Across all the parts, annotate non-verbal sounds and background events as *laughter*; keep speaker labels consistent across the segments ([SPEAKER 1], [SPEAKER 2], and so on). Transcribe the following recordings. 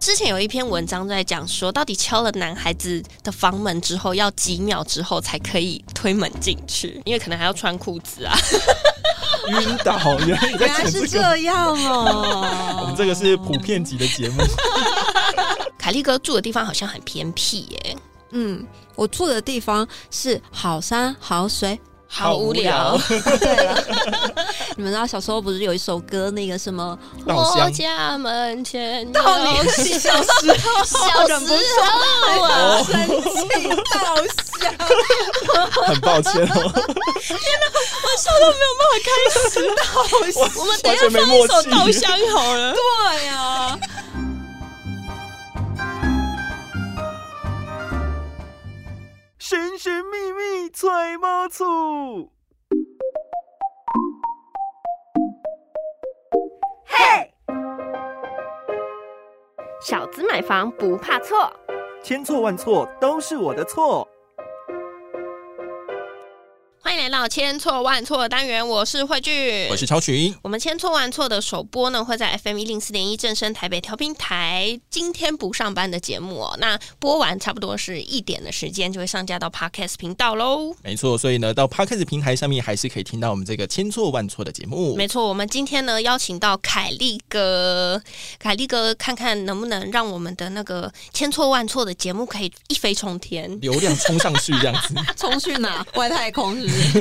[SPEAKER 1] 之前有一篇文章在讲说，到底敲了男孩子的房门之后，要几秒之后才可以推门进去，因为可能还要穿裤子啊。
[SPEAKER 2] *laughs* 晕倒，原来你在
[SPEAKER 3] 原来
[SPEAKER 2] 讲
[SPEAKER 3] 是
[SPEAKER 2] 这个。
[SPEAKER 3] 这样
[SPEAKER 2] 我们
[SPEAKER 3] 哦。
[SPEAKER 2] 这个是普遍级的节目，
[SPEAKER 1] *laughs* 凯利哥住的地方好像很偏僻耶、
[SPEAKER 3] 嗯，我住的地方是好山好水。
[SPEAKER 1] 好无聊。哦
[SPEAKER 3] 对了，你们知道小时候不是有一首歌，那个什么？
[SPEAKER 2] 稻香
[SPEAKER 1] 我家门前
[SPEAKER 3] 到底
[SPEAKER 1] 有
[SPEAKER 3] 哦是
[SPEAKER 1] 小
[SPEAKER 3] 小时候，
[SPEAKER 1] 小
[SPEAKER 3] 忍
[SPEAKER 1] 时
[SPEAKER 3] 不住
[SPEAKER 1] 候啊，
[SPEAKER 3] 生气到笑，
[SPEAKER 2] 很抱歉
[SPEAKER 1] *laughs*
[SPEAKER 2] 哦，
[SPEAKER 1] 我们等一下
[SPEAKER 2] 完全没
[SPEAKER 1] 放一
[SPEAKER 2] 默
[SPEAKER 1] 首
[SPEAKER 2] 契
[SPEAKER 1] 稻香好了。
[SPEAKER 3] 对呀。
[SPEAKER 4] 神神秘秘揣猫醋。
[SPEAKER 1] 小资买房不怕错。
[SPEAKER 4] 千错万错都是我的错。
[SPEAKER 1] 欢迎来到千错万错的单元，我是慧俊，
[SPEAKER 2] 我是超群。
[SPEAKER 1] 我们千错万错的首播呢，会在 FM 一零四点一正声台北调频台。今天不上班的节目哦，那播完差不多是一点的时间，就会上架到 Podcast 频道喽。
[SPEAKER 2] 没错，所以呢，到 Podcast 平台上面还是可以听到我们这个千错万错的节目。
[SPEAKER 1] 没错，我们今天呢邀请到凯利哥，凯利哥看看能不能让我们的那个千错万错的节目可以一飞冲天。
[SPEAKER 2] 流量冲上去这样
[SPEAKER 1] *laughs*
[SPEAKER 2] 子，
[SPEAKER 3] *laughs* 冲去哪？外太空是不是？ *laughs*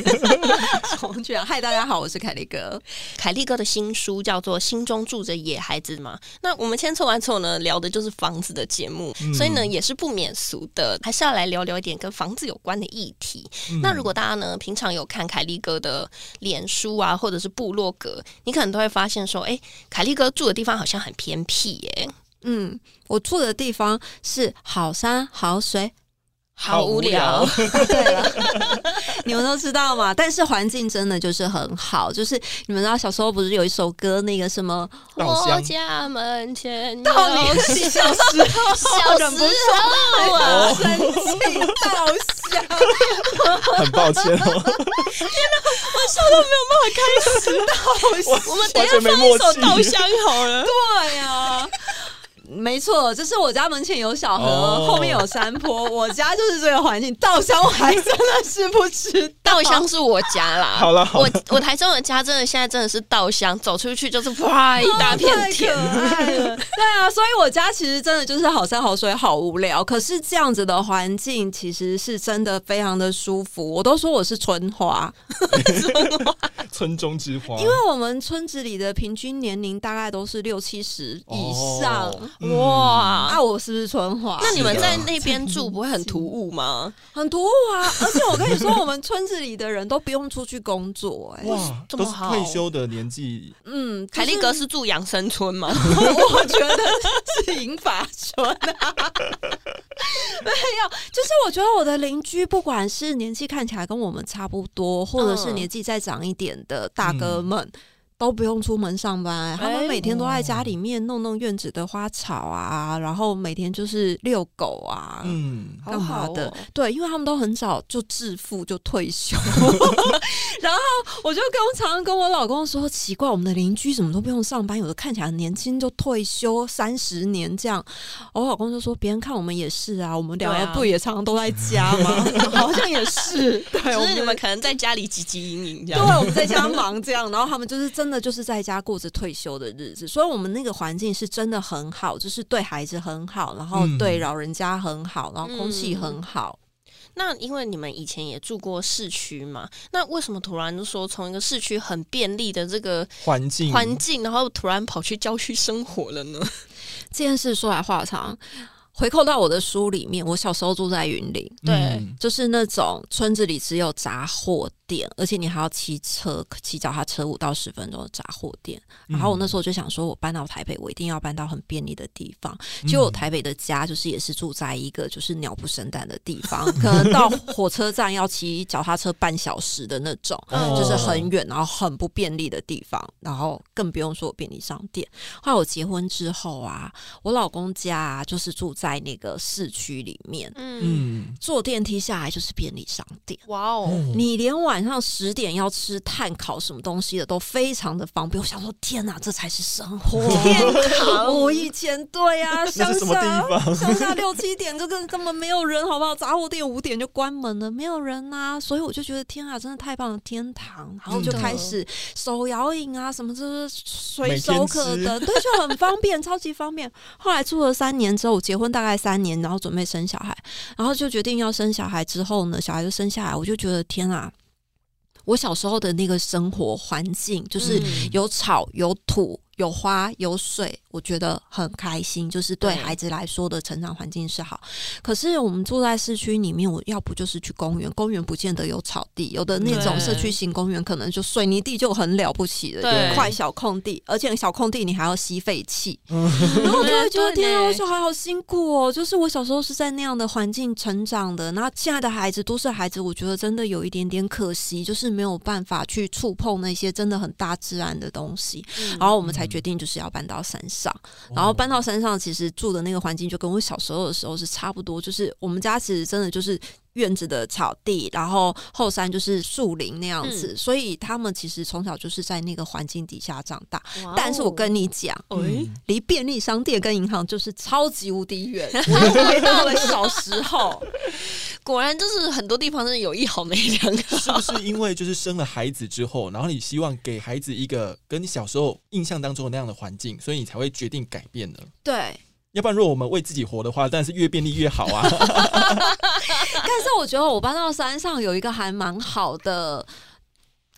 [SPEAKER 3] 冲去啊！嗨，大家好，我是凯利哥。
[SPEAKER 1] 凯利哥的新书叫做《心中住着野孩子》嘛。那我们千错万错呢，聊的就是房子的节目，所以呢也是不免俗的，还是要来聊聊一点跟房子有关的议题。那如果大家呢平常有看凯利哥的脸书啊，或者是部落格，你可能都会发现说，哎、凯利哥住的地方好像很偏僻耶、
[SPEAKER 3] 嗯，我住的地方是好山好水。
[SPEAKER 1] 好无聊
[SPEAKER 2] 好无聊。
[SPEAKER 3] 对了，你们都知道嘛。但是环境真的就是很好，就是你们知道小时候不是有一首歌，那个什么？
[SPEAKER 2] 稻香
[SPEAKER 1] 我家门前有
[SPEAKER 3] 到底是小时候，
[SPEAKER 1] 小
[SPEAKER 3] 忍
[SPEAKER 1] 时
[SPEAKER 3] 不住
[SPEAKER 1] 候啊，
[SPEAKER 3] 生气到笑，
[SPEAKER 2] 很抱歉哦， *laughs*
[SPEAKER 1] 我们等一下
[SPEAKER 2] 完全没
[SPEAKER 1] 放一
[SPEAKER 2] 默
[SPEAKER 1] 首
[SPEAKER 2] 契
[SPEAKER 1] 稻香好了。
[SPEAKER 3] 对呀、没错，就是我家门前有小河，
[SPEAKER 2] 哦
[SPEAKER 3] 后面有山坡，我家就是这个环境。稻香我还真的是不知道，
[SPEAKER 1] 稻香是我家啦，
[SPEAKER 2] 好啦好
[SPEAKER 1] 我
[SPEAKER 2] 啦
[SPEAKER 1] 我台中的家真的现在真的是稻香，走出去就是哇一大
[SPEAKER 3] *laughs*
[SPEAKER 1] 片田。
[SPEAKER 3] 哦太可爱了。对啊，所以我家其实真的就是好山好水，好无聊。可是这样子的环境，其实是真的非常的舒服。我都说我是春花，
[SPEAKER 2] 村中之花。
[SPEAKER 3] 因为我们村子里的平均年龄大概都是六七十以上。
[SPEAKER 2] 哦
[SPEAKER 1] 哇！
[SPEAKER 3] 啊，我是不是春花？
[SPEAKER 1] 那你们在那边住不会很突兀吗？
[SPEAKER 3] 很突兀啊！而且我跟你说，我们村子里的人都不用出去工作、哎，
[SPEAKER 2] 哇，
[SPEAKER 1] 这
[SPEAKER 2] 都
[SPEAKER 1] 么
[SPEAKER 2] 是
[SPEAKER 1] 好
[SPEAKER 2] 退休的年纪，
[SPEAKER 3] 嗯，
[SPEAKER 1] 凯利格，是住养生村 *laughs* 吗？
[SPEAKER 3] 我觉得是银发村啊， *laughs* 没有，就是我觉得我的邻居，不管是年纪看起来跟我们差不多，或者是年纪再长一点的大哥们。都不用出门上班、哎他们
[SPEAKER 1] 哎
[SPEAKER 3] 每天都在家里面弄弄院子的花草啊，然后每天就是遛狗啊，
[SPEAKER 2] 嗯，
[SPEAKER 3] 干嘛的？
[SPEAKER 1] 好好哦
[SPEAKER 3] 对，因为他们都很早就致富就退
[SPEAKER 1] *laughs*
[SPEAKER 3] 休， *laughs* 然后我就跟我常常跟我老公说，奇怪，我们的邻居怎么都不用上班，有的看起来很年轻就退休三十年这样。我老公就说，别人看我们也是啊，我们两
[SPEAKER 1] 对
[SPEAKER 3] 个
[SPEAKER 1] 啊
[SPEAKER 3] 不也常常都在家
[SPEAKER 1] *laughs*
[SPEAKER 3] 吗？好像也是，对，我
[SPEAKER 1] 只是你们
[SPEAKER 3] 们。
[SPEAKER 1] 可能在家里汲汲营营这
[SPEAKER 3] 对，
[SPEAKER 1] 样。
[SPEAKER 3] 我们在家忙这样，然后他们就是真的就是在家过着退休的日子，所以我们那个环境是真的很好，就是对孩子很好，然后
[SPEAKER 2] 嗯
[SPEAKER 3] 对老人家很好，然后空气
[SPEAKER 1] 嗯
[SPEAKER 3] 很好。
[SPEAKER 1] 那因为你们以前也住过市区嘛，那为什么突然就说从一个市区很便利的这个
[SPEAKER 2] 环境嗯
[SPEAKER 1] 环境，然后突然跑去郊区生活了呢？
[SPEAKER 3] 这件事说来话长，回扣到我的书里面，我小时候住在云林，
[SPEAKER 1] 对
[SPEAKER 2] 嗯
[SPEAKER 3] 就是那种村子里只有杂货店，而且你还要骑车骑脚踏车五到十分钟的杂货店。然后我那时候就想说，我搬到台北，我一定要搬到很便利的地方。结果我台北的家就是也是住在一个就是鸟不生蛋的地方，可能到火车站要骑脚踏车半小时的那种。
[SPEAKER 1] 嗯
[SPEAKER 2] 哦
[SPEAKER 3] 就是很远，然后很不便利的地方，然后更不用说有便利商店。后来我结婚之后啊，我老公家、啊、就是住在那个市区里面，
[SPEAKER 1] 嗯，
[SPEAKER 2] 嗯，
[SPEAKER 3] 坐电梯下来就是便利商店。
[SPEAKER 1] 哇哦，
[SPEAKER 3] 你连晚上十点要吃碳烤什么东西的都非常的方便。我想说，天哪，这才是生活。我以前对啊，乡
[SPEAKER 2] 那是什么
[SPEAKER 3] 下
[SPEAKER 2] 地方
[SPEAKER 3] 乡下六七点就根根本没有人，好不好？杂货店五点就关门了，没有人啊，所以我就觉得天啊，真的太棒了，天堂。然后就
[SPEAKER 1] 真的
[SPEAKER 3] 开始手摇饮啊，什么就是随
[SPEAKER 2] 每天
[SPEAKER 3] 手可
[SPEAKER 2] 吃
[SPEAKER 3] 得，对，就很方便，超级方便。后来住了三年之后，我结婚大概三年，然后准备生小孩，然后就决定要生小孩之后呢，小孩就生下来，我就觉得天啊，我小时候的那个生活环境 *laughs* 就是
[SPEAKER 1] 嗯
[SPEAKER 3] 有草有土。有花有水，我觉得很开心，就是对
[SPEAKER 1] 对
[SPEAKER 3] 孩子来说的成长环境是好。可是我们住在市区里面，我要不就是去公园，公园不见得有草地，有的那种
[SPEAKER 1] 对
[SPEAKER 3] 社区型公园可能就水泥地就很了不起了，
[SPEAKER 1] 对
[SPEAKER 3] 一块小空地，而且小空地你还要吸废气，
[SPEAKER 1] 然
[SPEAKER 3] 然后我就会觉得天啊，我小孩好辛苦哦！就是我小时候是在那样的环境成长的，那现在的孩子，都市孩子，我觉得真的有一点点可惜，就是没有办法去触碰那些真的很大自然的东西。然后我们才决定就是要搬到山上，然后搬到山上，其实住的那个环境就跟我小时候的时候是差不多，就是我们家其实真的就是。院子的草地，然后后山就是树林那样子，所以他们其实从小就是在那个环境底下长大。
[SPEAKER 1] 哦
[SPEAKER 3] 但是我跟你讲，
[SPEAKER 2] 嗯
[SPEAKER 1] 哎，
[SPEAKER 3] 离便利商店跟银行就是超级无敌远，我又回到了小时候。
[SPEAKER 1] 果然就是很多地方真的有一好没两
[SPEAKER 2] *laughs* 是
[SPEAKER 1] 好
[SPEAKER 2] 不，是因为就是生了孩子之后，然后你希望给孩子一个跟你小时候印象当中的那样的环境，所以你才会决定改变呢？
[SPEAKER 3] 对，
[SPEAKER 2] 要不然，如果我们为自己活的话，当然是越便利越好啊。
[SPEAKER 3] 但是我觉得我搬到山上有一个还蛮好的。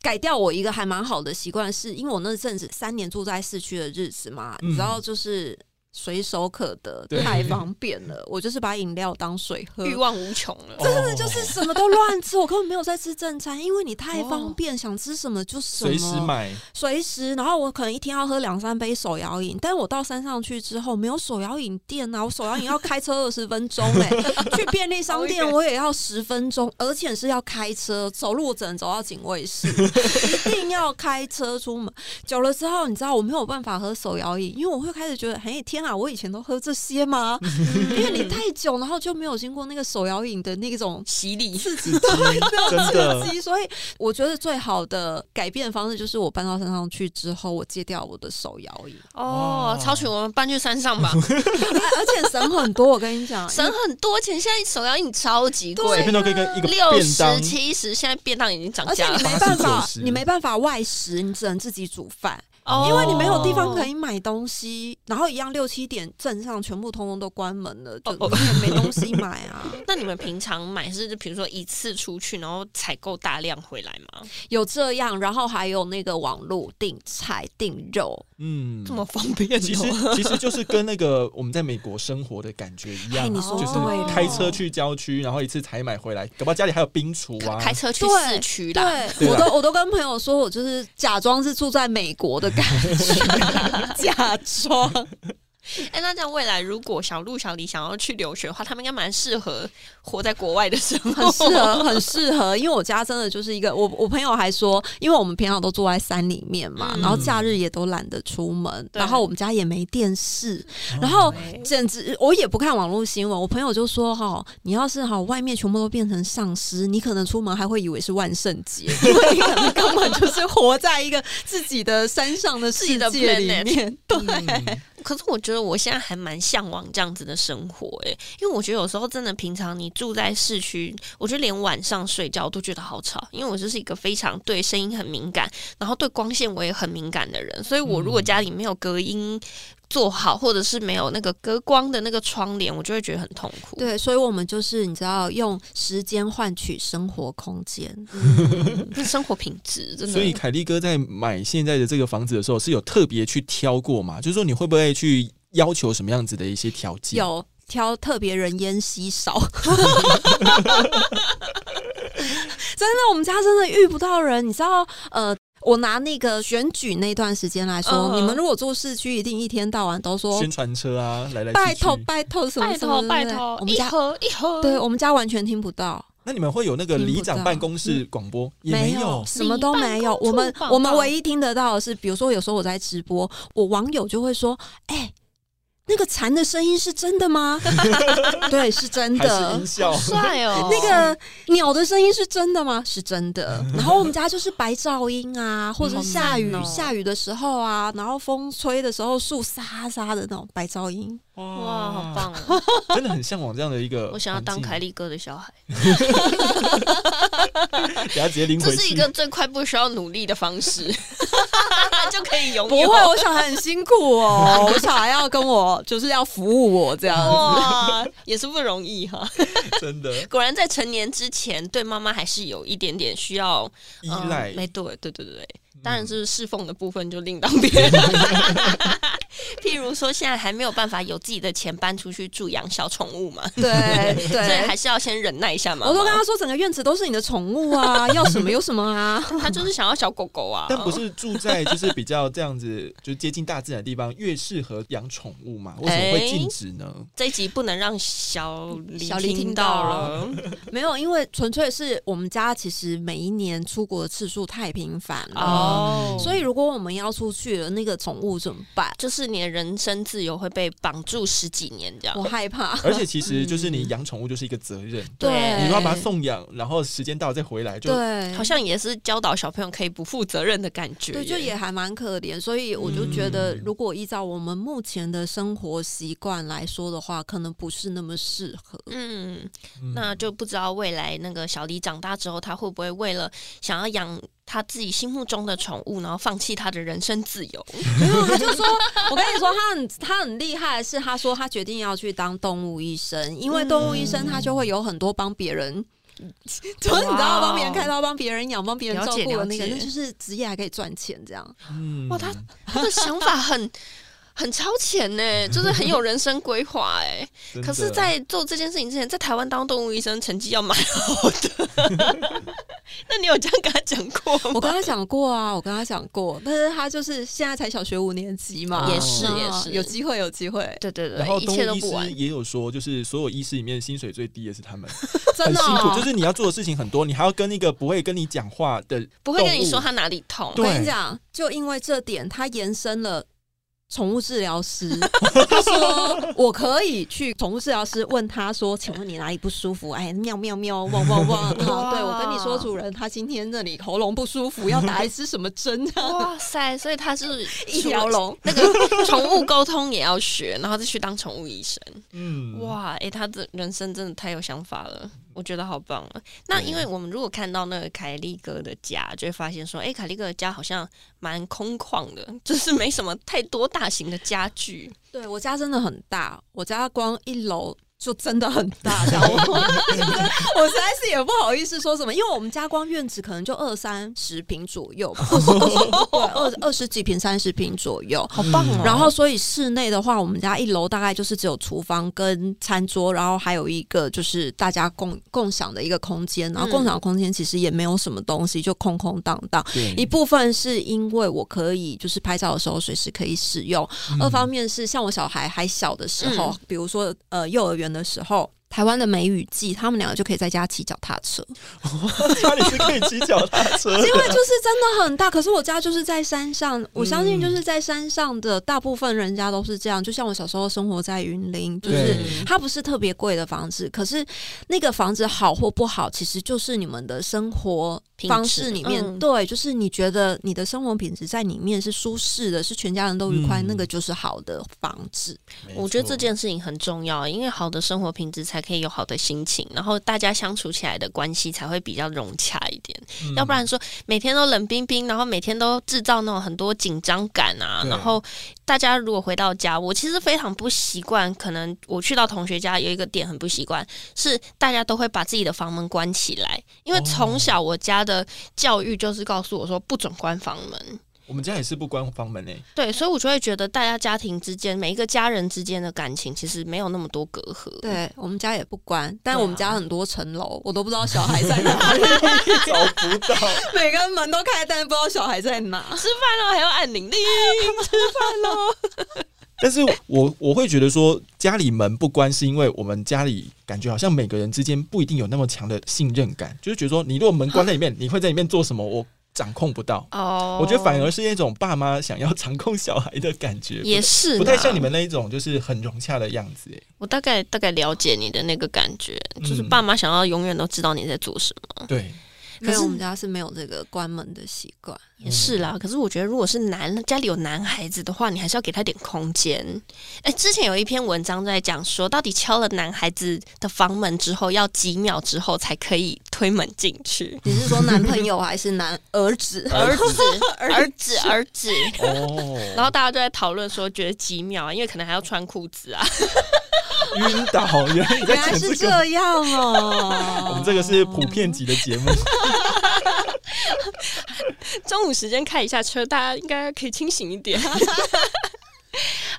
[SPEAKER 3] 改掉我一个还蛮好的习惯，是因为我那阵子三年住在市区的日子嘛，
[SPEAKER 2] 嗯
[SPEAKER 3] 你知道就是随手可得，
[SPEAKER 2] 对
[SPEAKER 3] 太方便了。我就是把饮料当水喝，
[SPEAKER 1] 欲望无穷了。
[SPEAKER 2] 真的
[SPEAKER 3] 就是什么都乱吃，我根本没有在吃正餐，因为你太方便，想吃什么就什么，
[SPEAKER 2] 哦随时买，
[SPEAKER 3] 随时，然后我可能一天要喝两三杯手摇饮，但我到山上去之后没有手摇饮店啊，我手摇饮要开车二十分钟哎、去便利商店
[SPEAKER 1] 好远
[SPEAKER 3] 我也要十分钟，而且是要开车，走路我只能走到警卫室，一定要开车出门。久了之后，你知道我没有办法喝手摇饮，因为我会开始觉得，嘿天啊，我以前都喝这些吗？因为你太久，然后就没有经过那个手摇饮的那种
[SPEAKER 1] 洗礼，
[SPEAKER 3] 刺 *laughs* 激
[SPEAKER 2] 真的
[SPEAKER 3] *laughs* 刺激，所以我觉得最好的改变方式就是我搬到山上去之后，我戒掉我的手摇椅，
[SPEAKER 1] 哦
[SPEAKER 2] 哇，
[SPEAKER 1] 超群，我们搬去山上吧，
[SPEAKER 3] 而且省很多。我跟
[SPEAKER 1] *laughs*
[SPEAKER 3] 你讲，
[SPEAKER 1] 省很多钱。现在手摇饮超级
[SPEAKER 2] 随
[SPEAKER 1] 贵
[SPEAKER 2] 便，都可以跟一个
[SPEAKER 1] 六
[SPEAKER 2] 便当
[SPEAKER 1] 十、七十，现在便当已经涨
[SPEAKER 3] 而且
[SPEAKER 1] 价
[SPEAKER 3] 你
[SPEAKER 1] 了。
[SPEAKER 3] 没办
[SPEAKER 2] 八
[SPEAKER 3] 法
[SPEAKER 2] 十九十，
[SPEAKER 3] 你没办法外食，你只能自己煮饭，
[SPEAKER 1] 哦
[SPEAKER 3] 因为你没有地方可以买东西。然后一样六七点镇上全部通通都关门了，就
[SPEAKER 1] 哦哦
[SPEAKER 3] 你也没东西买啊。
[SPEAKER 1] 那你们平常买是就比如说一次出去，然后采购大量回来吗？
[SPEAKER 3] *laughs* 有这样，然后还有那个网络订菜订肉，
[SPEAKER 2] 嗯，
[SPEAKER 1] 这么方便、哦？
[SPEAKER 2] 其实其实就是跟那个我们在美国生活的感觉一样
[SPEAKER 3] 哎
[SPEAKER 2] 啊，
[SPEAKER 3] 你
[SPEAKER 1] 说对
[SPEAKER 2] 就是
[SPEAKER 1] 了
[SPEAKER 2] 开车去郊区，然后一次采买回来，搞不好家里还有冰厨啊，
[SPEAKER 1] 开车去
[SPEAKER 3] 对
[SPEAKER 1] 市区啦，
[SPEAKER 2] 对
[SPEAKER 3] 对，我
[SPEAKER 2] 啦
[SPEAKER 3] 都我都跟朋友说，我就是假装是住在美国的感觉，假装。
[SPEAKER 1] 哎、那这样未来如果小鹿、小李想要去留学的话，他们应该蛮适合活在国外的生活，
[SPEAKER 3] 很适
[SPEAKER 1] *laughs*
[SPEAKER 3] 合， *laughs* 很适合，因为我家真的就是一个，我我朋友还说，因为我们平常都住在山里面嘛，
[SPEAKER 1] 嗯
[SPEAKER 3] 然后假日也都懒得出门，
[SPEAKER 1] 对哦
[SPEAKER 3] 然后我们家也没电视， *laughs* 然后简直我也不看网络新闻。我朋友就说：“哈、你要是哈外面全部都变成丧尸，你可能出门还会以为是万圣节， *laughs* 因为你可能根本就是活在一个自己的山上的世
[SPEAKER 1] 自己的
[SPEAKER 3] 界里
[SPEAKER 1] planet
[SPEAKER 3] 面。” *laughs* 对。
[SPEAKER 2] 嗯
[SPEAKER 1] 可是我觉得我现在还蛮向往这样子的生活欸诶、因为我觉得有时候真的平常你住在市区，我觉得连晚上睡觉都觉得好吵，因为我就是一个非常对声音很敏感，然后对光线我也很敏感的人，所以我如果家里没有隔音做好，或者是没有那个隔光的那个窗帘，我就会觉得很痛 *laughs* 苦。，
[SPEAKER 3] 对，所以，我们就是你知道，用时间换取生活空间。
[SPEAKER 1] 生活品质真的。
[SPEAKER 2] 所以凯利哥在买现在的这个房子的时候，是有特别去挑过嘛？就是说你会不会去要求什么样子的一些条件？
[SPEAKER 3] 有挑特别人烟稀少， *laughs* 真的，我们家真的遇不到人。你知道，呃，我拿那个选举那段时间来说，
[SPEAKER 1] 嗯
[SPEAKER 3] 你们如果住市区，一定一天到晚都说
[SPEAKER 2] 宣传车啊，来来
[SPEAKER 3] 拜
[SPEAKER 2] 去去
[SPEAKER 3] 托拜托什么
[SPEAKER 1] 拜
[SPEAKER 3] 什么
[SPEAKER 1] 托
[SPEAKER 3] 的，
[SPEAKER 1] 拜
[SPEAKER 3] 对不对
[SPEAKER 1] 托
[SPEAKER 3] 我，们
[SPEAKER 1] 一
[SPEAKER 3] 家
[SPEAKER 1] 盒一盒，
[SPEAKER 3] 对我们家完全听不到。
[SPEAKER 2] 那你们会有那个里长办公室广播？也没有。
[SPEAKER 3] 什么都没有。我们
[SPEAKER 1] 你办公处报告
[SPEAKER 3] 我们唯一听得到的是，比如说有时候我在直播，我网友就会说：“哎、那那个蝉的声音是真的吗？ *laughs* 对，是真
[SPEAKER 2] 还是
[SPEAKER 3] 的，
[SPEAKER 2] 音。效？
[SPEAKER 1] 帅哦
[SPEAKER 3] 那个鸟的声音是真的吗？是真的。
[SPEAKER 1] *laughs*
[SPEAKER 3] 然后我们家就是白噪音啊，或者是下雨、
[SPEAKER 1] 好赞哦
[SPEAKER 3] 下雨的时候啊，然后风吹的时候树沙沙的那种白噪音。
[SPEAKER 1] 哇，好！棒哦！
[SPEAKER 2] 真的很向往这样的一个环境。
[SPEAKER 1] 我想要当凯利哥的小孩，
[SPEAKER 2] 等下直接拎
[SPEAKER 1] 这
[SPEAKER 2] 回去。
[SPEAKER 1] 是一个最快不需要努力的方式， *laughs* 就可以 *laughs* 拥有。
[SPEAKER 3] 不会，我小孩很辛苦
[SPEAKER 1] *laughs*
[SPEAKER 3] 哦，我小孩要跟我就是要服务我这样子。
[SPEAKER 1] 哇，也是不容易哈。
[SPEAKER 2] 真的
[SPEAKER 1] 果然在成年之前，对妈妈还是有一点点需要
[SPEAKER 2] 依赖
[SPEAKER 1] 嗯，没对，对对对对，当然就是侍奉的部分就另当别论。譬如说，现在还没有办法有自己的钱搬出去住养小宠物嘛，
[SPEAKER 3] 对
[SPEAKER 1] 所以
[SPEAKER 3] 对，
[SPEAKER 1] 还是要先忍耐一下嘛。
[SPEAKER 3] 哎我都跟他说，整个院子都是你的宠物
[SPEAKER 1] *laughs*
[SPEAKER 3] 啊，要什么有什么啊。
[SPEAKER 1] 他就是想要小狗狗啊，
[SPEAKER 2] *laughs* 但不是住在就是比较这样子，就是接近大自然的地方，越适合养宠物
[SPEAKER 1] 哎
[SPEAKER 2] 嘛？为什么会禁止呢？
[SPEAKER 1] 这一集不能让小李
[SPEAKER 3] 小李
[SPEAKER 1] 听
[SPEAKER 3] 听
[SPEAKER 1] 到
[SPEAKER 3] 到
[SPEAKER 1] 了，哦
[SPEAKER 3] 没有，因为纯粹是我们家其实每一年出国的次数太频繁了，
[SPEAKER 1] 哦，
[SPEAKER 3] 所以如果我们要出去了，那个宠物怎么办？
[SPEAKER 1] 就是你的人生自由会被绑住十几年这样
[SPEAKER 3] 我。害怕。
[SPEAKER 2] 而且其实就是你养宠物就是一个责任，
[SPEAKER 1] 对
[SPEAKER 2] 你如果要把它送养，然后时间到了再回来就
[SPEAKER 3] 对，
[SPEAKER 1] 好像也是教导小朋友可以不负责任的感觉耶，
[SPEAKER 3] 哎对，就也还蛮可怜，所以我就觉得，如果依照我们目前的生活习惯来说的话，可能不是那么适合。
[SPEAKER 1] 嗯，那就不知道未来那个小李长大之后，他会不会为了想要养他自己心目中的宠物，然后放弃他的人生自
[SPEAKER 3] *laughs*
[SPEAKER 1] 由？
[SPEAKER 3] *laughs* 没有，他就说，我跟你说，他很他很厉害，是他说他决定要去当动物医生，因为动物医生他就会有很多帮别 *laughs* 人。就是你知
[SPEAKER 1] 哇哦
[SPEAKER 3] 道，帮别人开刀、帮别人养、帮别人照顾的那个，
[SPEAKER 1] 了解了解
[SPEAKER 3] 那就是职业还可以赚钱这样。
[SPEAKER 2] 嗯
[SPEAKER 1] 哇他他的想法很很超前呢，就是很有人生规
[SPEAKER 3] *laughs*
[SPEAKER 1] 划哎。
[SPEAKER 2] 真的
[SPEAKER 1] 可是，在做这件事情之前，在台湾当动物医生成绩要蛮好
[SPEAKER 3] *laughs*
[SPEAKER 1] 的。那你有这样跟他讲过
[SPEAKER 3] 我
[SPEAKER 1] 吗？
[SPEAKER 3] 跟他讲过啊，我跟他讲过，但是他就是现在才小学五年级嘛，
[SPEAKER 1] 也是
[SPEAKER 3] 嗯
[SPEAKER 1] 也是
[SPEAKER 3] 有机会，有机会，
[SPEAKER 1] 对对
[SPEAKER 2] 然后
[SPEAKER 1] 对，一
[SPEAKER 2] 动
[SPEAKER 1] 切都
[SPEAKER 2] 物医
[SPEAKER 1] 不
[SPEAKER 2] 师
[SPEAKER 1] 晚。
[SPEAKER 2] 也有说，就是所有医师里面薪水最低的是他
[SPEAKER 1] *laughs*
[SPEAKER 2] 们，
[SPEAKER 3] 真的
[SPEAKER 2] 很辛
[SPEAKER 3] 哦、
[SPEAKER 2] 苦，就是你要做的事情很多，你还要跟一个不会跟你讲话的，
[SPEAKER 1] 不会跟你说他哪里痛，啊
[SPEAKER 3] 我
[SPEAKER 2] 对
[SPEAKER 3] 跟你讲，就因为这点，他延伸了。宠物治
[SPEAKER 2] *laughs*
[SPEAKER 3] 疗师，他说我可以去宠物治疗师问他说，请问你哪里不舒服？哎，喵喵喵，汪汪汪。
[SPEAKER 2] *laughs*
[SPEAKER 1] 哇
[SPEAKER 3] 好，对我跟你说，主人他今天这里喉咙不舒服，要打一支什么针 *laughs*
[SPEAKER 1] *laughs*
[SPEAKER 3] 啊？
[SPEAKER 1] 哇塞！所以他是
[SPEAKER 3] 一条龙，
[SPEAKER 1] *laughs* 那个宠物沟通也要学，然后再去当宠物医生。
[SPEAKER 2] 嗯，
[SPEAKER 1] 哇，诶，他的人生真的太有想法了，我觉得好棒啊！那
[SPEAKER 2] 对
[SPEAKER 1] 因为我们如果看到那个凯利哥的家，就会发现说，诶，凯利哥的家好像蛮空旷的，就是没什么太多大型的家具。
[SPEAKER 3] 对我家真的很大，我家光一楼。就真的很大，然后 *laughs* 我实在是也不好意思说什么，因为我们家光院子可能就二三十平左右吧，二十二十二十几平、三十平左右，
[SPEAKER 1] 好棒
[SPEAKER 2] 嗯
[SPEAKER 1] 哦！
[SPEAKER 3] 然后，所以室内的话，我们家一楼大概就是只有厨房跟餐桌，然后还有一个就是大家共共享的一个空间。然后共享空间其实也没有什么东西，就空空荡荡。
[SPEAKER 2] *laughs*
[SPEAKER 1] *laughs*
[SPEAKER 2] 对，
[SPEAKER 3] 一部分是因为我可以就是拍照的时候随时可以使用，二方面是像我小孩还小的时候，
[SPEAKER 1] 嗯
[SPEAKER 3] 比如说呃幼儿园的时候。台湾的梅雨季，他们两个就可以在家骑脚踏车，
[SPEAKER 2] *laughs* 家里嗯是可以骑脚踏车
[SPEAKER 1] *laughs*
[SPEAKER 2] 的，
[SPEAKER 3] 因为 *laughs* 就是真的很大。可是我家就是在山上，我相信就是在山上的大部分人家都是这样。就像我小时候生活在云林，就是
[SPEAKER 2] 对
[SPEAKER 3] 它不是特别贵的房子，可是那个房子好或不好，其实就是你们的生活方式里面，
[SPEAKER 1] 品质嗯
[SPEAKER 3] 对，就是你觉得你的生活品质在里面是舒适的，是全家人都愉快，
[SPEAKER 2] 嗯
[SPEAKER 3] 那个就是好的房子。
[SPEAKER 1] 我觉得这件事情很重要，因为好的生活品质才可以有好的心情，然后大家相处起来的关系才会比较融洽一点。
[SPEAKER 2] 嗯
[SPEAKER 1] 要不然说每天都冷冰冰，然后每天都制造那种很多紧张感啊。
[SPEAKER 2] 对
[SPEAKER 1] 然后大家如果回到家，我其实非常不习惯，可能我去到同学家有一个点很不习惯，是大家都会把自己的房门关起来，因为
[SPEAKER 2] 哦
[SPEAKER 1] 从小我家的教育就是告诉我说不准关房门。
[SPEAKER 2] 我们家也是不关房门欸诶，
[SPEAKER 1] 对，所以我就会觉得大家家庭之间每一个家人之间的感情其实没有那么多隔阂。
[SPEAKER 3] 对我们家也不关，但
[SPEAKER 1] 对啊
[SPEAKER 3] 我们家很多层楼，我都不知道小孩在哪
[SPEAKER 1] *laughs*
[SPEAKER 3] 里，
[SPEAKER 2] 找不到，
[SPEAKER 3] 每个门都开，但是不知道小孩在哪。
[SPEAKER 1] 吃饭了还要按铃铃，
[SPEAKER 2] *laughs* 但是我我会觉得说，家里门不关是因为我们家里感觉好像每个人之间不一定有那么强的信任感，就是觉得说，你如果门关在里面，你会在里面做什么？我掌控不到。
[SPEAKER 1] 哦
[SPEAKER 2] 我觉得反而是那种爸妈想要掌控小孩的感觉，
[SPEAKER 1] 也是
[SPEAKER 2] 不太
[SPEAKER 1] 啦
[SPEAKER 2] 像你们那一种就是很融洽的样子。哎
[SPEAKER 1] 我大概大概了解你的那个感觉，就是
[SPEAKER 2] 嗯
[SPEAKER 1] 爸妈想要永远都知道你在做什么，
[SPEAKER 2] 对，
[SPEAKER 1] 可
[SPEAKER 3] 没
[SPEAKER 1] 是
[SPEAKER 3] 有，我们家是没有这个关门的习惯。
[SPEAKER 1] 也是啦。可是我觉得，如果是男家里有男孩子的话，你还是要给他点空间。哎、之前有一篇文章在讲说，到底敲了男孩子的房门之后，要几秒之后才可以推门进去？
[SPEAKER 3] 你是说男朋友还是男儿子？
[SPEAKER 1] 儿子，儿子，儿子。
[SPEAKER 2] 哦，
[SPEAKER 1] 然 *laughs* 后大家都在讨论说，觉得几秒啊，因为可能还要穿裤子啊。
[SPEAKER 2] 晕倒， *laughs* 原来你在
[SPEAKER 3] 原来
[SPEAKER 2] 讲
[SPEAKER 3] 是
[SPEAKER 2] 这个。。
[SPEAKER 3] 这样
[SPEAKER 1] *laughs*
[SPEAKER 3] 哦
[SPEAKER 2] 我们这个是普遍级的节目，
[SPEAKER 1] *laughs* 中午时间开一下车，大家应该可以清醒一点。 *laughs*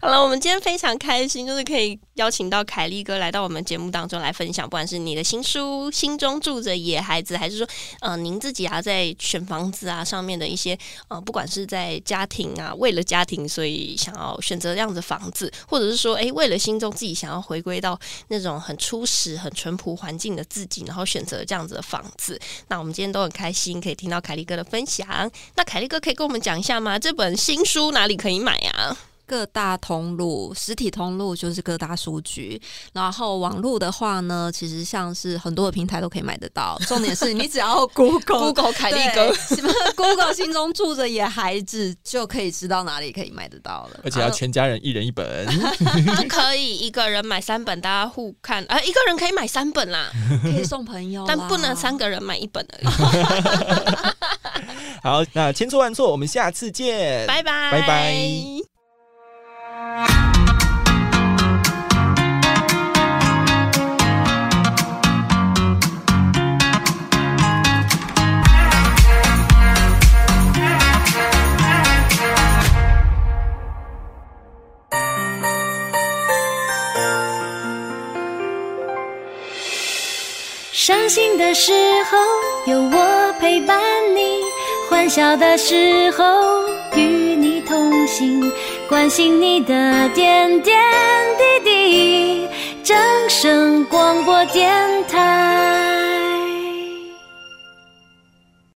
[SPEAKER 1] 好了，我们今天非常开心，就是可以邀请到凯利哥来到我们节目当中来分享，不管是你的新书《心中住着野孩子》，还是说，呃，您自己啊在选房子啊上面的一些，呃，不管是在家庭啊，为了家庭所以想要选择这样子房子，或者是说，诶，为了心中自己想要回归到那种很初始、很淳朴环境的自己，然后选择这样子的房子。那我们今天都很开心，可以听到凯利哥的分享。那凯利哥可以跟我们讲一下吗？这本新书哪里可以买啊？
[SPEAKER 3] 各大通路，实体通路就是各大书局，然后网络的话呢，其实像是很多的平台都可以买得到。重点是你只要 Google。
[SPEAKER 1] Google 凯利
[SPEAKER 3] 哦对
[SPEAKER 1] 哥，
[SPEAKER 3] 什么 Google 心中住着野孩子，就可以知道哪里可以买得到了。
[SPEAKER 2] 而且要全家人一人一本。
[SPEAKER 1] 不可以一个人买三本，大家互看啊、一个人可以买三本啦，
[SPEAKER 3] 可以送朋友啦，
[SPEAKER 1] 但不能三个人买一本而已。
[SPEAKER 2] 好，那千错万错，我们下次见，
[SPEAKER 1] 拜拜，
[SPEAKER 2] 拜拜。
[SPEAKER 5] 伤心的时候有我陪伴你，欢笑的时候与你同行，关心你的点点滴滴。掌声广播电台。